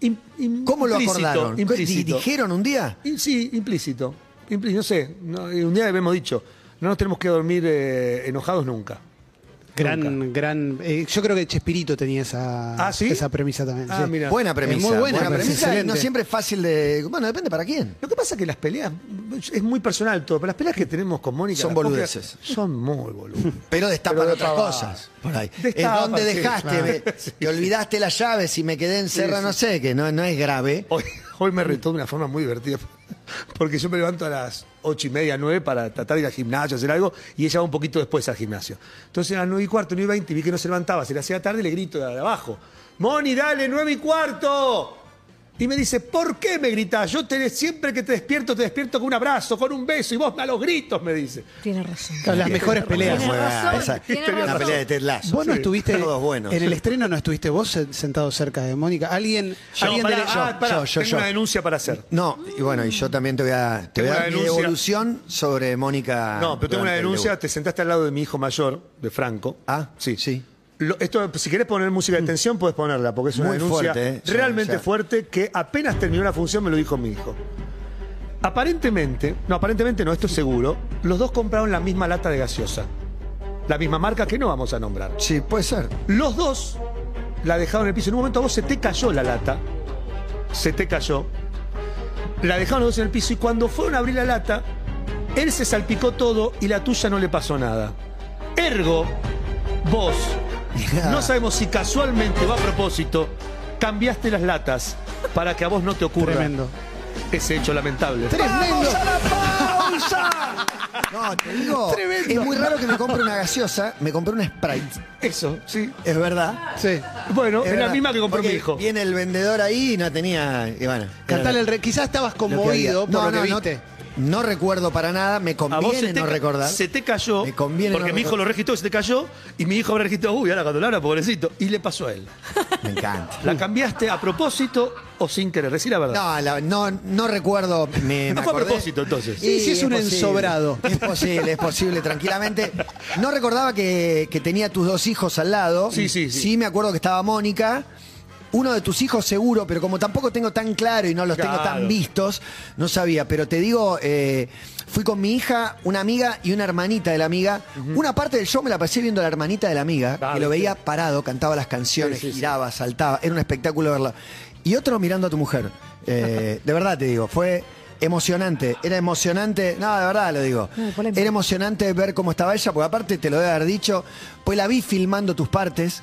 [SPEAKER 3] Im- im-
[SPEAKER 2] ¿Cómo lo
[SPEAKER 3] implícito,
[SPEAKER 2] acordaron? ¿Qué-
[SPEAKER 3] Implícito.
[SPEAKER 2] ¿Dijeron un día?
[SPEAKER 3] Y Sí, implícito. Implí- no sé, no, eh, un día habíamos dicho, no nos tenemos que dormir eh, enojados nunca. Nunca.
[SPEAKER 4] Gran, gran... eh, yo creo que Chespirito tenía esa,
[SPEAKER 3] ¿Ah, sí?
[SPEAKER 4] esa premisa también.
[SPEAKER 3] Ah, mira.
[SPEAKER 2] Buena premisa.
[SPEAKER 4] Es muy buena,
[SPEAKER 2] buena
[SPEAKER 4] premisa,
[SPEAKER 2] premisa. y No
[SPEAKER 4] excelente.
[SPEAKER 2] siempre es fácil de. Bueno, depende para quién.
[SPEAKER 3] Lo que pasa es que las peleas, es muy personal todo, pero las peleas que tenemos con Mónica...
[SPEAKER 2] Son
[SPEAKER 3] las propias,
[SPEAKER 2] boludeces.
[SPEAKER 3] Son muy boludeces.
[SPEAKER 2] Pero destapan
[SPEAKER 3] Pero
[SPEAKER 2] otras
[SPEAKER 3] destapan.
[SPEAKER 2] cosas. Por ahí.
[SPEAKER 3] Destapan,
[SPEAKER 2] es donde
[SPEAKER 3] sí,
[SPEAKER 2] dejaste,
[SPEAKER 3] claro.
[SPEAKER 2] me-
[SPEAKER 3] [laughs] Sí,
[SPEAKER 2] te olvidaste las llaves y me quedé en Serra, no sé, que no, no es grave.
[SPEAKER 3] Hoy, hoy me retó de una forma muy divertida. Porque yo me levanto a las ocho y media, nueve para tratar de ir al gimnasio, hacer algo, y ella va un poquito después al gimnasio. Entonces a las nueve y cuarto, nueve y veinte, vi que no se levantaba, se le hacía tarde y le grito de abajo: ¡Moni, dale, nueve y cuarto! Y me dice, ¿por qué me gritás? Yo te- siempre que te despierto, te despierto con un abrazo, con un beso, y vos a los gritos, me dice.
[SPEAKER 5] Tiene razón.
[SPEAKER 4] Claro, Las mejores peleas.
[SPEAKER 5] Tiene
[SPEAKER 2] Muy buena,
[SPEAKER 5] razón,
[SPEAKER 2] esa-
[SPEAKER 5] tiene
[SPEAKER 2] la
[SPEAKER 5] razón.
[SPEAKER 2] pelea de Ted Lasso.
[SPEAKER 4] Vos no
[SPEAKER 2] Sí.
[SPEAKER 4] estuviste
[SPEAKER 2] Todos buenos.
[SPEAKER 4] en el estreno, no estuviste vos sen- sentado cerca de Mónica. Alguien, alguien
[SPEAKER 3] pará,
[SPEAKER 4] del-
[SPEAKER 3] ah, pará,
[SPEAKER 2] yo, yo,
[SPEAKER 3] tengo
[SPEAKER 2] yo.
[SPEAKER 3] una denuncia para hacer.
[SPEAKER 2] No, y bueno, y yo también te voy a, te voy
[SPEAKER 3] Tengo
[SPEAKER 2] a dar
[SPEAKER 3] una
[SPEAKER 2] mi
[SPEAKER 3] denuncia.
[SPEAKER 2] evolución sobre Mónica.
[SPEAKER 3] No, pero tengo una
[SPEAKER 2] durante el
[SPEAKER 3] denuncia.
[SPEAKER 2] debut.
[SPEAKER 3] Te sentaste al lado de mi hijo mayor, de Franco.
[SPEAKER 2] Ah, sí. Mm.
[SPEAKER 3] Lo- esto, si querés poner música de tensión, puedes ponerla, porque es una
[SPEAKER 2] Muy
[SPEAKER 3] denuncia
[SPEAKER 2] fuerte, ¿eh?
[SPEAKER 3] realmente
[SPEAKER 2] O sea-
[SPEAKER 3] fuerte que apenas terminó la función me lo dijo mi hijo. Aparentemente, no, aparentemente no, esto es seguro, los dos compraron la misma lata de gaseosa. La misma marca que no vamos a nombrar.
[SPEAKER 2] Sí, puede ser.
[SPEAKER 3] Los dos la dejaron en el piso. En un momento a vos se te cayó la lata. Se te cayó. La dejaron a vos en el piso y cuando fueron a abrir la lata, él se salpicó todo y la tuya no le pasó nada. Ergo, vos, no sabemos si casualmente va a propósito, cambiaste las latas para que a vos no te ocurra
[SPEAKER 4] Tremendo.
[SPEAKER 3] ese hecho lamentable.
[SPEAKER 4] Tremendo.
[SPEAKER 2] No, te
[SPEAKER 3] [laughs]
[SPEAKER 2] digo, es muy raro que me compre una gaseosa, me compré una Sprite.
[SPEAKER 3] Eso, sí.
[SPEAKER 2] Es verdad.
[SPEAKER 4] Sí.
[SPEAKER 3] Bueno,
[SPEAKER 2] Es
[SPEAKER 3] es la
[SPEAKER 2] verdad,
[SPEAKER 3] misma que compró mi
[SPEAKER 2] porque
[SPEAKER 3] hijo.
[SPEAKER 2] Viene el vendedor ahí y no tenía. Y bueno, era
[SPEAKER 4] Cantale
[SPEAKER 2] lo-
[SPEAKER 4] el re... Quizás estabas
[SPEAKER 2] lo que había.
[SPEAKER 4] conmovido por
[SPEAKER 2] no,
[SPEAKER 4] lo
[SPEAKER 2] no,
[SPEAKER 4] que
[SPEAKER 2] no,
[SPEAKER 4] viste.
[SPEAKER 2] no recuerdo para nada, me
[SPEAKER 3] A vos se
[SPEAKER 2] conviene
[SPEAKER 3] te,
[SPEAKER 2] no recordar.
[SPEAKER 3] se te cayó.
[SPEAKER 2] Me conviene
[SPEAKER 3] porque
[SPEAKER 2] no
[SPEAKER 3] mi hijo lo
[SPEAKER 2] recordar.
[SPEAKER 3] registró, se te cayó. Y mi hijo habrá registrado, uy, ahora cuando lo abra, pobrecito. Y le pasó a él.
[SPEAKER 2] Me encanta.
[SPEAKER 3] ¿La cambiaste a propósito o sin querer? Decí la verdad.
[SPEAKER 2] Uh. No, la- no, no recuerdo. Me,
[SPEAKER 3] No
[SPEAKER 2] me
[SPEAKER 3] fue a
[SPEAKER 2] acordé.
[SPEAKER 3] propósito, entonces.
[SPEAKER 4] Sí, sí, es un
[SPEAKER 2] posible.
[SPEAKER 4] ensobrado.
[SPEAKER 2] Es posible, es posible, tranquilamente. No recordaba que, que tenía tus dos hijos al lado.
[SPEAKER 3] Sí, sí, sí.
[SPEAKER 2] me acuerdo que estaba Mónica. Uno de tus hijos seguro, pero como tampoco tengo tan claro y no los tengo
[SPEAKER 3] Claro.
[SPEAKER 2] tan vistos, no sabía. Pero te digo, eh, fui con mi hija, una amiga y una hermanita de la amiga. Una parte del show me la pasé viendo a la hermanita de la amiga,
[SPEAKER 3] Ah,
[SPEAKER 2] que lo
[SPEAKER 3] viste.
[SPEAKER 2] veía parado, cantaba las canciones,
[SPEAKER 3] Sí, sí, sí.
[SPEAKER 2] giraba, saltaba. Era un espectáculo verla. Y otro mirando a tu mujer.
[SPEAKER 3] [laughs]
[SPEAKER 2] Eh, de verdad te digo, fue emocionante. Era emocionante. No, de verdad lo digo.
[SPEAKER 5] No, polémica.
[SPEAKER 2] Era emocionante ver cómo estaba ella, porque aparte te lo debe haber dicho, pues la vi filmando tus partes.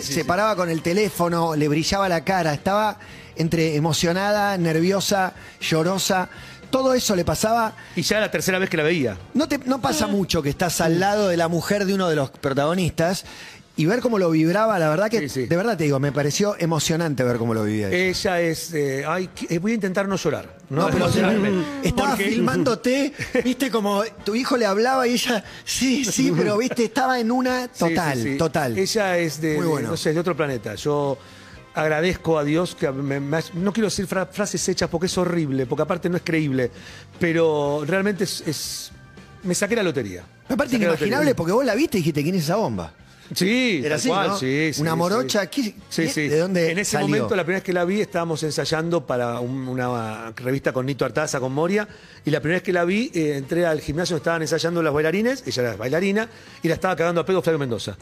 [SPEAKER 3] [laughs] sí, sí,
[SPEAKER 2] se
[SPEAKER 3] sí.
[SPEAKER 2] paraba con el teléfono, le brillaba la cara. Estaba entre emocionada, nerviosa, llorosa. Todo eso le pasaba.
[SPEAKER 3] Y ya era la tercera vez que la veía.
[SPEAKER 2] No, te- no pasa
[SPEAKER 3] Mm.
[SPEAKER 2] mucho que estás al lado de la mujer de uno de los protagonistas y ver cómo lo vibraba, la verdad que,
[SPEAKER 3] Sí, sí.
[SPEAKER 2] de verdad te digo, me pareció emocionante ver cómo lo vivía. ella.
[SPEAKER 3] Ella es. eh, ay, que- eh, voy a intentar no llorar. No,
[SPEAKER 2] No,
[SPEAKER 3] [laughs]
[SPEAKER 2] pero
[SPEAKER 3] emocionarme.
[SPEAKER 2] estaba
[SPEAKER 3] Porque-
[SPEAKER 2] filmándote, viste como tu hijo le hablaba y ella, sí, sí, pero viste, estaba en una
[SPEAKER 3] Sí, sí,
[SPEAKER 2] total,
[SPEAKER 3] sí.
[SPEAKER 2] total.
[SPEAKER 3] Ella es de,
[SPEAKER 2] Muy
[SPEAKER 3] de-
[SPEAKER 2] bueno.
[SPEAKER 3] no sé, de otro planeta. Yo agradezco a Dios que me- me has- no quiero decir fra- frases hechas porque es horrible, porque aparte no es creíble, pero realmente es, es- me saqué la lotería.
[SPEAKER 2] Aparte
[SPEAKER 3] Saqué la
[SPEAKER 2] inimaginable
[SPEAKER 3] lotería.
[SPEAKER 2] porque vos la viste y dijiste, ¿quién es esa bomba?
[SPEAKER 3] Sí,
[SPEAKER 2] Era
[SPEAKER 3] tal
[SPEAKER 2] así,
[SPEAKER 3] cual,
[SPEAKER 2] ¿no?
[SPEAKER 3] sí, sí,
[SPEAKER 2] Una
[SPEAKER 3] sí.
[SPEAKER 2] morocha, ¿qué-
[SPEAKER 3] Sí, sí.
[SPEAKER 2] de dónde
[SPEAKER 3] En ese
[SPEAKER 2] salió?
[SPEAKER 3] momento, la primera vez que la vi, estábamos ensayando para un- una revista con Nito Artaza, con Moria, y la primera vez que la vi, eh, entré al gimnasio donde estaban ensayando las bailarines, ella era bailarina, y la estaba cagando a pedo Flavio
[SPEAKER 2] [laughs]
[SPEAKER 3] Mendoza.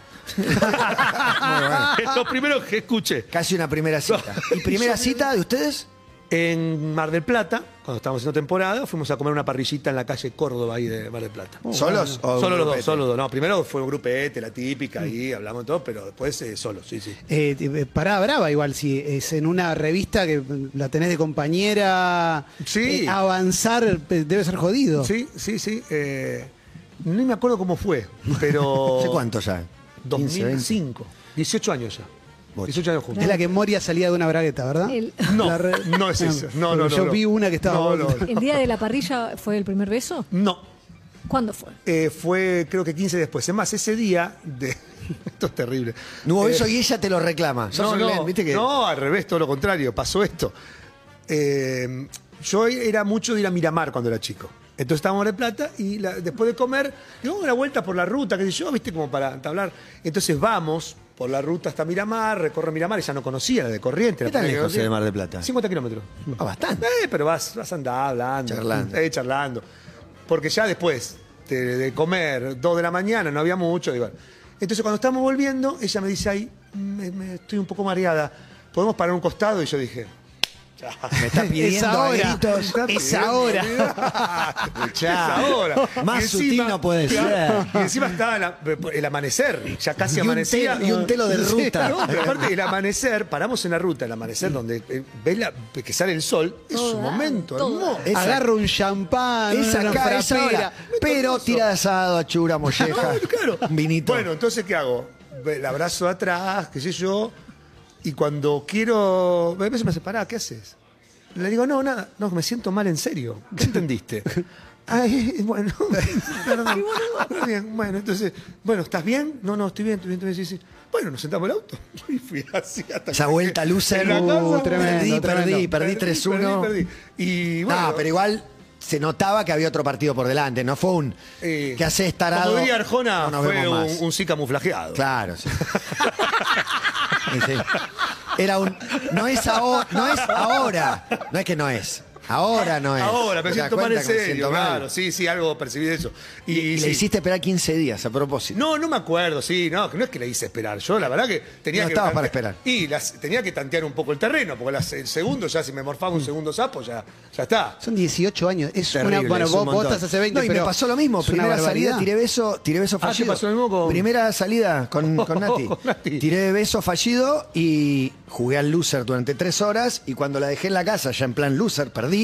[SPEAKER 3] es lo primero que escuché.
[SPEAKER 2] Casi una primera cita. ¿Y
[SPEAKER 3] [laughs]
[SPEAKER 2] primera cita de ustedes?
[SPEAKER 3] En Mar del Plata, cuando estábamos haciendo temporada, fuimos a comer una parrillita en la calle Córdoba, ahí de Mar del Plata.
[SPEAKER 2] ¿Solos? o
[SPEAKER 3] solo los
[SPEAKER 2] grupete?
[SPEAKER 3] dos, solo los dos. No, primero fue un grupete, la típica,
[SPEAKER 2] Mm.
[SPEAKER 3] ahí hablamos de todo, pero después eh, solos, sí, sí.
[SPEAKER 4] Eh, eh, pará, brava igual, si es en una revista que la tenés de compañera,
[SPEAKER 3] Sí.
[SPEAKER 4] eh, avanzar eh, debe ser jodido.
[SPEAKER 3] Sí, sí, sí. eh, no me acuerdo cómo fue, pero.
[SPEAKER 2] [laughs] ¿Hace cuánto ya? 15, 20.
[SPEAKER 3] 2005. 18 años ya.
[SPEAKER 2] Bocha.
[SPEAKER 3] 18 años juntos.
[SPEAKER 4] Es la que Moria salía de una bragueta, ¿verdad?
[SPEAKER 5] El-
[SPEAKER 3] No,
[SPEAKER 4] La re- Ah.
[SPEAKER 3] no es esa. No, no, no,
[SPEAKER 4] Yo
[SPEAKER 3] no.
[SPEAKER 4] vi una que estaba...
[SPEAKER 3] No, no, no.
[SPEAKER 5] ¿El día de la parrilla fue el primer beso?
[SPEAKER 3] No.
[SPEAKER 5] ¿Cuándo fue?
[SPEAKER 3] eh, fue creo que 15 después. Es más, ese día de. [laughs] Esto es terrible.
[SPEAKER 2] No hubo
[SPEAKER 3] Eh,
[SPEAKER 2] eso y ella te lo reclama. Sos
[SPEAKER 3] No,
[SPEAKER 2] un
[SPEAKER 3] no,
[SPEAKER 2] len, ¿viste que-
[SPEAKER 3] no, al revés, todo lo contrario, pasó esto. Eh, yo era mucho de ir a Miramar cuando era chico. Entonces estábamos en Mar del Plata y la- después de comer, dimos una vuelta por la ruta, qué sé yo, viste, como para entablar. Entonces vamos por la ruta hasta Miramar, recorre Miramar, ella no conocía, la de Corriente.
[SPEAKER 2] ¿Qué tan lejos es de Mar del Plata?
[SPEAKER 3] 50 kilómetros.
[SPEAKER 2] Ah, bastante.
[SPEAKER 3] [laughs] Eh, pero vas, vas a andar hablando.
[SPEAKER 2] Charlando.
[SPEAKER 3] Eh, charlando. Porque ya después te- de comer, dos de la mañana, no había mucho. digo. Entonces, cuando estamos volviendo, ella me dice, ay, me- me estoy un poco mareada. ¿Podemos parar un costado? Y yo dije,
[SPEAKER 2] Me está pidiendo a
[SPEAKER 4] ahora.
[SPEAKER 2] gritos.
[SPEAKER 4] Es ahora.
[SPEAKER 2] Escuchá.
[SPEAKER 3] Es ahora.
[SPEAKER 2] Más
[SPEAKER 3] Y
[SPEAKER 2] sutil no puede
[SPEAKER 3] claro,
[SPEAKER 2] ser.
[SPEAKER 3] Y encima estaba la- el amanecer, ya casi
[SPEAKER 2] Y un
[SPEAKER 3] amanecía.
[SPEAKER 2] telo- y un telo de
[SPEAKER 3] Sí, [laughs]
[SPEAKER 2] ruta.
[SPEAKER 3] no, pero aparte, el amanecer, paramos en la ruta, el amanecer donde eh, ves la- que sale el sol, es
[SPEAKER 5] Todo
[SPEAKER 3] un
[SPEAKER 5] da,
[SPEAKER 3] momento
[SPEAKER 5] todo
[SPEAKER 3] hermoso.
[SPEAKER 2] Esa-
[SPEAKER 4] Agarro un champán,
[SPEAKER 2] Esa
[SPEAKER 4] una
[SPEAKER 2] cara, esa
[SPEAKER 4] frapera.
[SPEAKER 2] hora. Pero tira de asado, achura, molleja.
[SPEAKER 3] No, Ah, claro.
[SPEAKER 2] Un vinito.
[SPEAKER 3] Bueno, entonces, ¿qué hago? El abrazo de atrás, qué sé yo. Y cuando quiero. A veces me hace, pará, ¿qué haces? Le digo, no, nada. No, me siento mal en serio. ¿Qué
[SPEAKER 2] [laughs]
[SPEAKER 3] entendiste? Ay, [laughs] bueno, perdón. Está bien, bueno, entonces, bueno, ¿estás bien? No, no, estoy bien, estoy bien, estoy bien. Sí, sí. Bueno, nos sentamos en el auto. [laughs] Y fui así hasta
[SPEAKER 2] Esa
[SPEAKER 3] que-
[SPEAKER 2] vuelta loser.
[SPEAKER 3] En la casa,
[SPEAKER 4] Uh, tremendo,
[SPEAKER 2] perdí, perdí,
[SPEAKER 4] tremendo.
[SPEAKER 2] perdí 3-1.
[SPEAKER 3] perdí, perdí. Y bueno.
[SPEAKER 2] No, pero igual se notaba que había otro partido por delante. No fue un.
[SPEAKER 3] eh,
[SPEAKER 2] ¿Qué haces, tarado?
[SPEAKER 3] Como diría Arjona,
[SPEAKER 2] no nos
[SPEAKER 3] fue
[SPEAKER 2] vemos
[SPEAKER 3] un,
[SPEAKER 2] más.
[SPEAKER 3] un sí camuflajeado. [laughs]
[SPEAKER 2] Claro, sí. Sí, sí. Era un. No es, aho- no es ahora. No es que no es. Ahora no es.
[SPEAKER 3] Ahora, me
[SPEAKER 2] ¿Te das
[SPEAKER 3] siento mal en
[SPEAKER 2] cuenta que me
[SPEAKER 3] serio,
[SPEAKER 2] siento mal?
[SPEAKER 3] claro, sí, sí, algo percibí de eso. Y,
[SPEAKER 2] Y le
[SPEAKER 3] sí.
[SPEAKER 2] hiciste esperar 15 días a propósito.
[SPEAKER 3] No, no me acuerdo, sí, no, que no es que le hice esperar. Yo la verdad que tenía
[SPEAKER 2] No
[SPEAKER 3] que.
[SPEAKER 2] estabas
[SPEAKER 3] tante-
[SPEAKER 2] para esperar.
[SPEAKER 3] Y las, tenía que tantear un poco el terreno, porque las- el segundo ya, si me morfaba
[SPEAKER 2] Mm.
[SPEAKER 3] un segundo sapo, ya, ya está.
[SPEAKER 4] Son 18 años. Es
[SPEAKER 2] Terrible,
[SPEAKER 4] una. Bueno,
[SPEAKER 2] es un
[SPEAKER 4] vos, vos
[SPEAKER 2] montón.
[SPEAKER 4] estás hace 20,
[SPEAKER 2] No, y
[SPEAKER 4] pero
[SPEAKER 2] me pasó lo mismo.
[SPEAKER 4] es una
[SPEAKER 2] Primera salida,
[SPEAKER 4] barbaridad.
[SPEAKER 2] tiré beso, tiré beso
[SPEAKER 3] Ah, ¿te
[SPEAKER 2] fallido.
[SPEAKER 3] pasó lo mismo con-
[SPEAKER 2] Primera salida
[SPEAKER 3] [laughs]
[SPEAKER 2] con, con Nati.
[SPEAKER 3] Con Nati.
[SPEAKER 2] Tiré beso fallido y jugué al loser durante tres horas. Y cuando la dejé en la casa, ya en plan loser, perdí,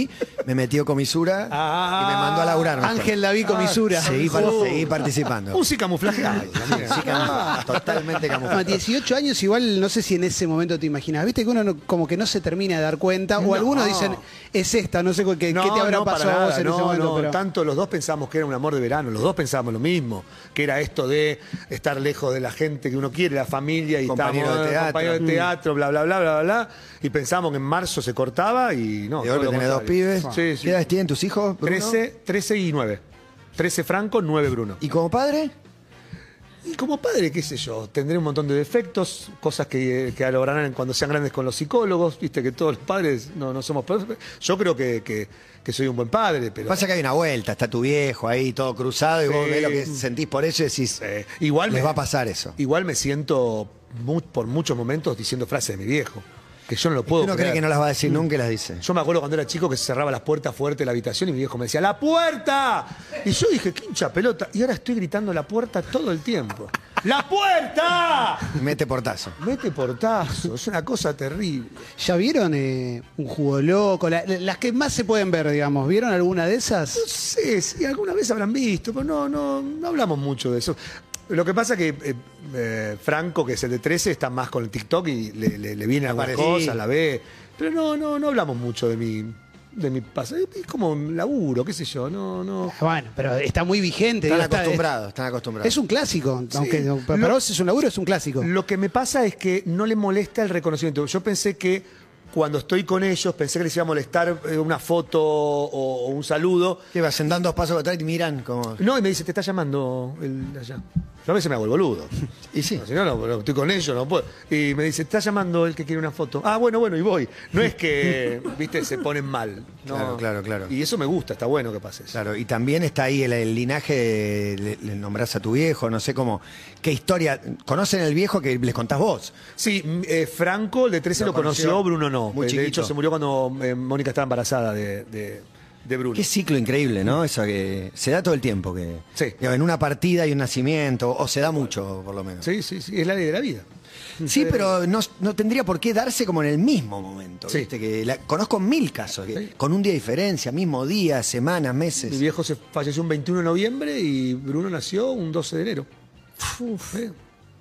[SPEAKER 2] me metió comisura
[SPEAKER 3] Ah.
[SPEAKER 2] y me mandó a laburar. me acuerdo.
[SPEAKER 4] Ángel David
[SPEAKER 2] Ah,
[SPEAKER 4] Comisura. Uh.
[SPEAKER 2] Seguí, par-
[SPEAKER 3] Justo.
[SPEAKER 2] seguí participando.
[SPEAKER 3] Un sí
[SPEAKER 2] [laughs]
[SPEAKER 3] camuflajeado. también.
[SPEAKER 2] Sí, camufla- Totalmente
[SPEAKER 4] No,
[SPEAKER 2] camuflado.
[SPEAKER 4] 18 años igual no sé si en ese momento te imaginas. Viste que uno no- como que no se termina de dar cuenta. O algunos dicen, es esta, no sé cu- qué, qué te habrá
[SPEAKER 3] no, para
[SPEAKER 4] pasado a vos
[SPEAKER 3] nada,
[SPEAKER 4] en
[SPEAKER 3] no,
[SPEAKER 4] ese momento.
[SPEAKER 3] no,
[SPEAKER 4] pero-
[SPEAKER 3] Tanto los dos pensamos que era un amor de verano, los dos pensábamos lo mismo, que era esto de estar lejos de la gente que uno quiere, la familia y
[SPEAKER 2] Compañero
[SPEAKER 3] estábamos,
[SPEAKER 2] de teatro.
[SPEAKER 3] compañero
[SPEAKER 4] Mm.
[SPEAKER 3] de teatro, bla, bla, bla, bla, bla. Y pensamos que en marzo se cortaba y no.
[SPEAKER 2] De
[SPEAKER 3] todo
[SPEAKER 2] golpe
[SPEAKER 3] lo
[SPEAKER 2] tenés dos
[SPEAKER 3] contrario.
[SPEAKER 2] pibes.
[SPEAKER 3] Sí, sí.
[SPEAKER 2] ¿Qué edades tienen tus hijos? Bruno?
[SPEAKER 3] 13, 13 y 9. 13 Franco, 9 Bruno.
[SPEAKER 2] ¿Y como padre?
[SPEAKER 3] Y como padre, qué sé yo, tendré un montón de defectos, cosas que, que lograrán cuando sean grandes con los psicólogos, viste que todos los padres no, no somos perfectos. Yo creo que, que- que soy un buen padre, pero...
[SPEAKER 2] Pasa que hay una vuelta, está tu viejo ahí todo cruzado y vos
[SPEAKER 3] Sí.
[SPEAKER 2] ves lo que sentís por eso y decís,
[SPEAKER 3] Eh, igual
[SPEAKER 2] les
[SPEAKER 3] me,
[SPEAKER 2] va a pasar eso.
[SPEAKER 3] Igual me siento mu- por muchos momentos diciendo frases de mi viejo, que yo no lo puedo
[SPEAKER 2] Uno cree
[SPEAKER 3] creer.
[SPEAKER 2] que no las va a
[SPEAKER 4] Mm.
[SPEAKER 2] decir nunca y las
[SPEAKER 4] [laughs]
[SPEAKER 2] dice.
[SPEAKER 3] Yo me acuerdo cuando era chico que se cerraba las puertas fuerte de la habitación y mi viejo me decía, ¡la puerta! Y yo dije, ¡qué hincha pelota! Y ahora estoy gritando la puerta todo el tiempo. ¡La puerta!
[SPEAKER 4] [laughs]
[SPEAKER 2] Mete portazo.
[SPEAKER 3] Mete portazo, es una cosa terrible.
[SPEAKER 4] ¿Ya vieron eh, un jugo loco? La- la- las que más se pueden ver, digamos. ¿Vieron alguna de esas?
[SPEAKER 3] No sé si alguna vez habrán visto, pero no, no, no hablamos mucho de eso. Lo que pasa que eh, eh, Franco, que es el de 13, está más con el TikTok y le, le, le vienen algunas
[SPEAKER 2] Aparecí.
[SPEAKER 3] cosas, la ve. Pero no, no, no hablamos mucho de mi, de mi pasado. Es como un laburo, qué sé yo, no, no.
[SPEAKER 4] Bueno, pero está muy vigente.
[SPEAKER 2] Están
[SPEAKER 4] digo, está-
[SPEAKER 2] acostumbrados, están acostumbrados.
[SPEAKER 4] Es un clásico. Aunque
[SPEAKER 3] Sí.
[SPEAKER 4] para
[SPEAKER 3] Lo-
[SPEAKER 4] vos es un laburo, es un clásico.
[SPEAKER 3] Lo que me pasa es que no le molesta el reconocimiento. Yo pensé que cuando estoy con ellos, pensé que les iba a molestar eh, una foto o, o un saludo.
[SPEAKER 2] Te vas sentando dos pasos para atrás y te miran
[SPEAKER 4] [laughs]
[SPEAKER 2] como...
[SPEAKER 3] No, y me dice, te está llamando el de allá. Yo a veces me hago el boludo.
[SPEAKER 2] Y sí.
[SPEAKER 3] No, si no, no, no, estoy con ellos, no puedo. Y me dice, está llamando el que quiere una foto. Ah, bueno, bueno, y voy. No es
[SPEAKER 2] [laughs]
[SPEAKER 3] que, viste, se ponen mal. No.
[SPEAKER 2] Claro, claro, claro.
[SPEAKER 3] Y eso me gusta, está bueno que pase eso.
[SPEAKER 2] Claro, y también está ahí el, el linaje, de- le, le nombrás a tu viejo, no sé cómo, qué historia, conocen el viejo que les contás vos.
[SPEAKER 3] Sí, m- eh, Franco, el de 13
[SPEAKER 2] Lo
[SPEAKER 3] lo, conoció,
[SPEAKER 2] conoció.
[SPEAKER 3] Bruno no. Eh,
[SPEAKER 2] Muy
[SPEAKER 3] de
[SPEAKER 2] chiquito.
[SPEAKER 3] hecho, se murió cuando eh, Mónica estaba embarazada de, de- de Bruno.
[SPEAKER 2] Qué ciclo increíble, ¿no? Eso que se da todo el tiempo, que
[SPEAKER 3] Sí.
[SPEAKER 2] digo, en una partida hay un nacimiento, o se da mucho, por lo menos.
[SPEAKER 3] Sí, sí, sí, es la ley de la vida.
[SPEAKER 2] Sí, pero no, no tendría por qué darse como en el mismo momento.
[SPEAKER 3] Sí.
[SPEAKER 2] ¿viste? Que la- conozco mil casos, que
[SPEAKER 3] Sí.
[SPEAKER 2] con un día de diferencia, mismo día, semanas,
[SPEAKER 3] Mi
[SPEAKER 2] meses.
[SPEAKER 3] viejo se falleció un 21 de noviembre y Bruno nació un 12 de enero. Eh,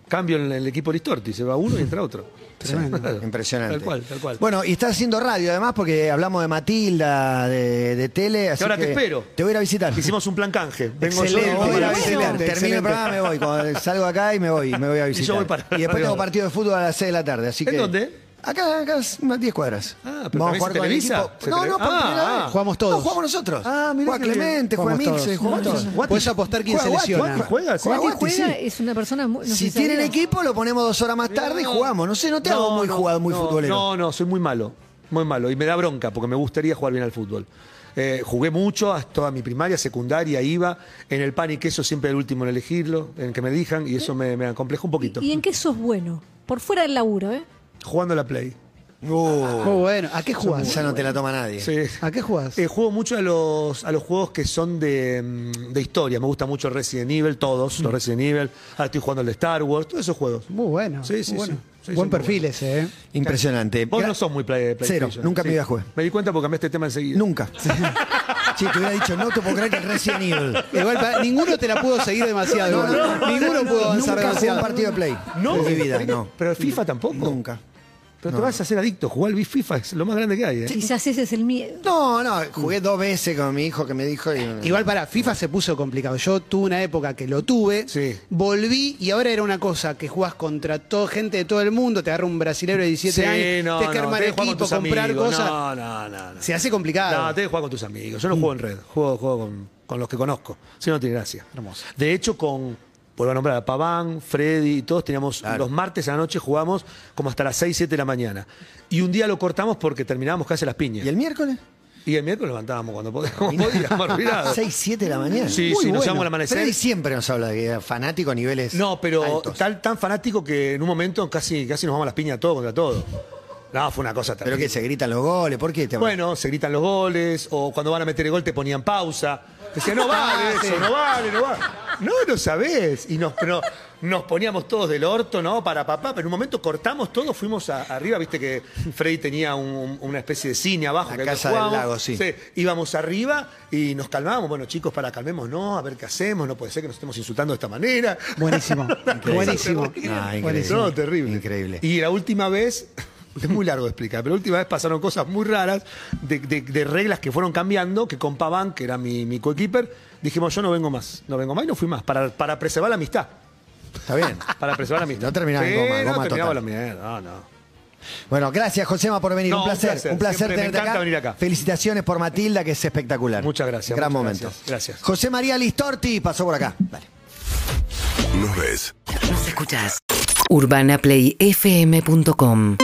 [SPEAKER 3] Cambio en el equipo Listorti, se va uno y entra otro.
[SPEAKER 4] Tremendo.
[SPEAKER 3] Claro.
[SPEAKER 2] [laughs] Impresionante.
[SPEAKER 3] Tal cual, tal cual.
[SPEAKER 2] Bueno, y estás haciendo radio además porque hablamos de Matilda, de, de tele. Así
[SPEAKER 3] ahora te
[SPEAKER 2] que
[SPEAKER 3] espero.
[SPEAKER 2] Te voy a ir a visitar.
[SPEAKER 3] Hicimos un plan canje. Vengo
[SPEAKER 2] Excelente,
[SPEAKER 3] yo.
[SPEAKER 5] voy
[SPEAKER 3] voy a
[SPEAKER 5] a visitar.
[SPEAKER 2] excelente.
[SPEAKER 5] Bueno.
[SPEAKER 2] Termino el programa, me voy. Cuando salgo acá y me voy, me voy a visitar.
[SPEAKER 3] yo voy para la
[SPEAKER 2] después
[SPEAKER 3] radio.
[SPEAKER 2] tengo partido de fútbol a las 6 de la tarde. Así
[SPEAKER 3] ¿En
[SPEAKER 2] que,
[SPEAKER 3] dónde?
[SPEAKER 2] Acá, acá, es unas 10 cuadras.
[SPEAKER 3] Ah, pero
[SPEAKER 2] Vamos
[SPEAKER 3] también se
[SPEAKER 2] a jugar con el
[SPEAKER 3] televisa.
[SPEAKER 2] equipo.
[SPEAKER 3] Se
[SPEAKER 2] no,
[SPEAKER 3] tele-
[SPEAKER 2] no, por
[SPEAKER 3] Ah,
[SPEAKER 2] primera vez.
[SPEAKER 3] ah.
[SPEAKER 4] Jugamos todos.
[SPEAKER 2] No, jugamos nosotros.
[SPEAKER 3] Ah, mirá
[SPEAKER 2] Juega
[SPEAKER 3] qué bien.
[SPEAKER 2] Clemente, juega
[SPEAKER 4] Jugamos
[SPEAKER 2] Mixe,
[SPEAKER 4] todos.
[SPEAKER 2] juega
[SPEAKER 4] Jugamos
[SPEAKER 2] todos.
[SPEAKER 4] todos. Podés apostar quién se
[SPEAKER 2] Guati,
[SPEAKER 4] lesiona.
[SPEAKER 2] Guati,
[SPEAKER 3] ¿Juega?
[SPEAKER 2] Guati,
[SPEAKER 3] ¿Juega?
[SPEAKER 2] sí.
[SPEAKER 5] juega es una persona muy. no sé
[SPEAKER 2] Si
[SPEAKER 5] sabía.
[SPEAKER 2] tienen equipo, lo ponemos dos horas más tarde y jugamos. No sé, no te hago muy jugado, muy
[SPEAKER 3] no,
[SPEAKER 2] futbolero.
[SPEAKER 3] No, no, soy muy malo. Muy malo. Y me da bronca porque me gustaría jugar bien al fútbol. Eh, jugué mucho hasta toda mi primaria, secundaria, iba. En el pan y queso siempre el último en elegirlo, en que me elijan, y eso me, me acompleja un poquito.
[SPEAKER 5] ¿Y en qué sos bueno? Por fuera del laburo, ¿eh?
[SPEAKER 3] Jugando a la Play.
[SPEAKER 2] Uh,
[SPEAKER 4] Muy bueno. ¿A qué jugás?
[SPEAKER 2] esa no te la toma nadie.
[SPEAKER 3] Sí. [laughs]
[SPEAKER 4] ¿A qué jugás?
[SPEAKER 3] Eh, juego mucho a los, a los juegos que son de, mm, de historia. Me gusta mucho Resident Evil, todos
[SPEAKER 2] Mm.
[SPEAKER 3] los Resident Evil. Ahora estoy jugando el de Star Wars, todos esos juegos.
[SPEAKER 4] Muy bueno.
[SPEAKER 3] Sí, sí,
[SPEAKER 4] muy bueno.
[SPEAKER 3] sí. Sí, son
[SPEAKER 4] Buen
[SPEAKER 3] muy
[SPEAKER 4] perfil
[SPEAKER 3] buenos.
[SPEAKER 4] ese, ¿eh?
[SPEAKER 2] Impresionante.
[SPEAKER 3] Vos
[SPEAKER 2] Gra-
[SPEAKER 3] no sos muy play de PlayStation.
[SPEAKER 2] Cero, nunca en mi vida jugué.
[SPEAKER 3] Me di cuenta porque cambiaste el tema enseguida.
[SPEAKER 2] Nunca. [laughs] Sí, te hubiera dicho, no te puedo creer que el Resident Evil.
[SPEAKER 4] Igual, pa- ninguno te la pudo seguir demasiado.
[SPEAKER 2] No, no, no,
[SPEAKER 4] ninguno pudo avanzar
[SPEAKER 2] Nunca jugué
[SPEAKER 4] demasiado.
[SPEAKER 2] un partido de Play.
[SPEAKER 3] No,
[SPEAKER 2] En mi vida, no.
[SPEAKER 3] Pero el FIFA tampoco.
[SPEAKER 2] Nunca.
[SPEAKER 3] Pero te vas a hacer adicto. Jugar al FIFA es lo más grande que hay. ¿eh?
[SPEAKER 5] Quizás ese es el miedo.
[SPEAKER 2] No, no, jugué dos veces con mi hijo que me dijo. y-
[SPEAKER 4] Igual para FIFA se puso complicado. Yo tuve una época que lo tuve,
[SPEAKER 3] Sí.
[SPEAKER 4] volví y ahora era una cosa que jugás contra toda gente de todo el mundo, te agarra un brasilero de 17
[SPEAKER 3] Sí,
[SPEAKER 4] años,
[SPEAKER 3] no,
[SPEAKER 4] tenés que
[SPEAKER 3] no,
[SPEAKER 4] armar
[SPEAKER 3] tenés que jugar con
[SPEAKER 4] equipo,
[SPEAKER 3] tus
[SPEAKER 4] comprar
[SPEAKER 3] amigos.
[SPEAKER 4] cosas.
[SPEAKER 3] No, no, no. no.
[SPEAKER 4] Se hace complicado.
[SPEAKER 3] No, tenés que jugar con tus amigos. Yo no juego en red, juego, juego con, con los que conozco. Si no, no tiene gracia.
[SPEAKER 4] Hermoso.
[SPEAKER 3] De hecho, con, vuelvo a nombrar a Paván, Freddy y todos, teníamos
[SPEAKER 2] Claro.
[SPEAKER 3] los martes a la noche jugamos como hasta las 6, 7 de la mañana. Y un día lo cortamos porque terminábamos casi a las piñas.
[SPEAKER 2] ¿Y el miércoles?
[SPEAKER 3] Y el miércoles levantábamos cuando podíamos, como
[SPEAKER 2] [laughs]
[SPEAKER 3] podíamos, arruinados.
[SPEAKER 2] 6, 7 de la mañana.
[SPEAKER 3] Sí, sí, nos llamamos al amanecer.
[SPEAKER 2] Freddy siempre nos habla de que era fanático a niveles
[SPEAKER 3] No, pero
[SPEAKER 2] altos.
[SPEAKER 3] tal, tan fanático que en un momento casi, casi nos vamos a las piñas todo contra todo. No, fue una cosa
[SPEAKER 2] Pero
[SPEAKER 3] terrible.
[SPEAKER 2] que se gritan los goles, ¿por qué? Te
[SPEAKER 3] Bueno, se gritan los goles, o cuando van a meter el gol te ponían pausa. Decían,
[SPEAKER 2] [laughs] Ah,
[SPEAKER 3] no vale eso, no vale, no vale. No, no sabés. Y nos, no- nos poníamos todos del orto, ¿no? Para papá, pero en un momento cortamos todos, fuimos a- arriba, viste que Freddy tenía un- una especie de cine abajo.
[SPEAKER 2] La
[SPEAKER 3] que antes
[SPEAKER 2] casa del
[SPEAKER 3] jugábamos.
[SPEAKER 2] lago, sí.
[SPEAKER 3] Íbamos arriba y nos calmábamos. Bueno, chicos, para calmemos, no, a ver qué hacemos, no puede ser que nos estemos insultando de esta manera.
[SPEAKER 4] Buenísimo. Buenísimo.
[SPEAKER 3] Terrible.
[SPEAKER 2] Ah, increíble.
[SPEAKER 4] Buenísimo.
[SPEAKER 3] No, terrible.
[SPEAKER 2] Increíble.
[SPEAKER 3] Y la última vez, [laughs] es muy largo de explicar, pero la última vez pasaron cosas muy raras de, de- de reglas que fueron cambiando, que con Paván, que era mi, mi coequiper, dijimos yo no vengo más, no vengo más y no fui más, para, para preservar la amistad.
[SPEAKER 2] Está
[SPEAKER 3] [laughs]
[SPEAKER 2] bien.
[SPEAKER 3] Para preservar la amistad.
[SPEAKER 2] [laughs] No terminaba en goma,
[SPEAKER 3] Sí, no
[SPEAKER 2] goma
[SPEAKER 3] terminaba
[SPEAKER 2] total.
[SPEAKER 3] la amistad, no, no.
[SPEAKER 2] Bueno, gracias Josema por venir.
[SPEAKER 3] No,
[SPEAKER 2] un
[SPEAKER 3] un
[SPEAKER 2] placer. Un placer,
[SPEAKER 3] placer. Siempre me
[SPEAKER 2] tenerte
[SPEAKER 3] encanta
[SPEAKER 2] acá.
[SPEAKER 3] venir acá.
[SPEAKER 2] Felicitaciones por Matilda, que es espectacular.
[SPEAKER 3] Muchas gracias,
[SPEAKER 2] Gran
[SPEAKER 3] muchas
[SPEAKER 2] momento.
[SPEAKER 3] gracias, gracias.
[SPEAKER 2] José María Listorti pasó por acá. Dale.
[SPEAKER 1] Nos ves,
[SPEAKER 6] Nos escuchás. UrbanaPlayFM.com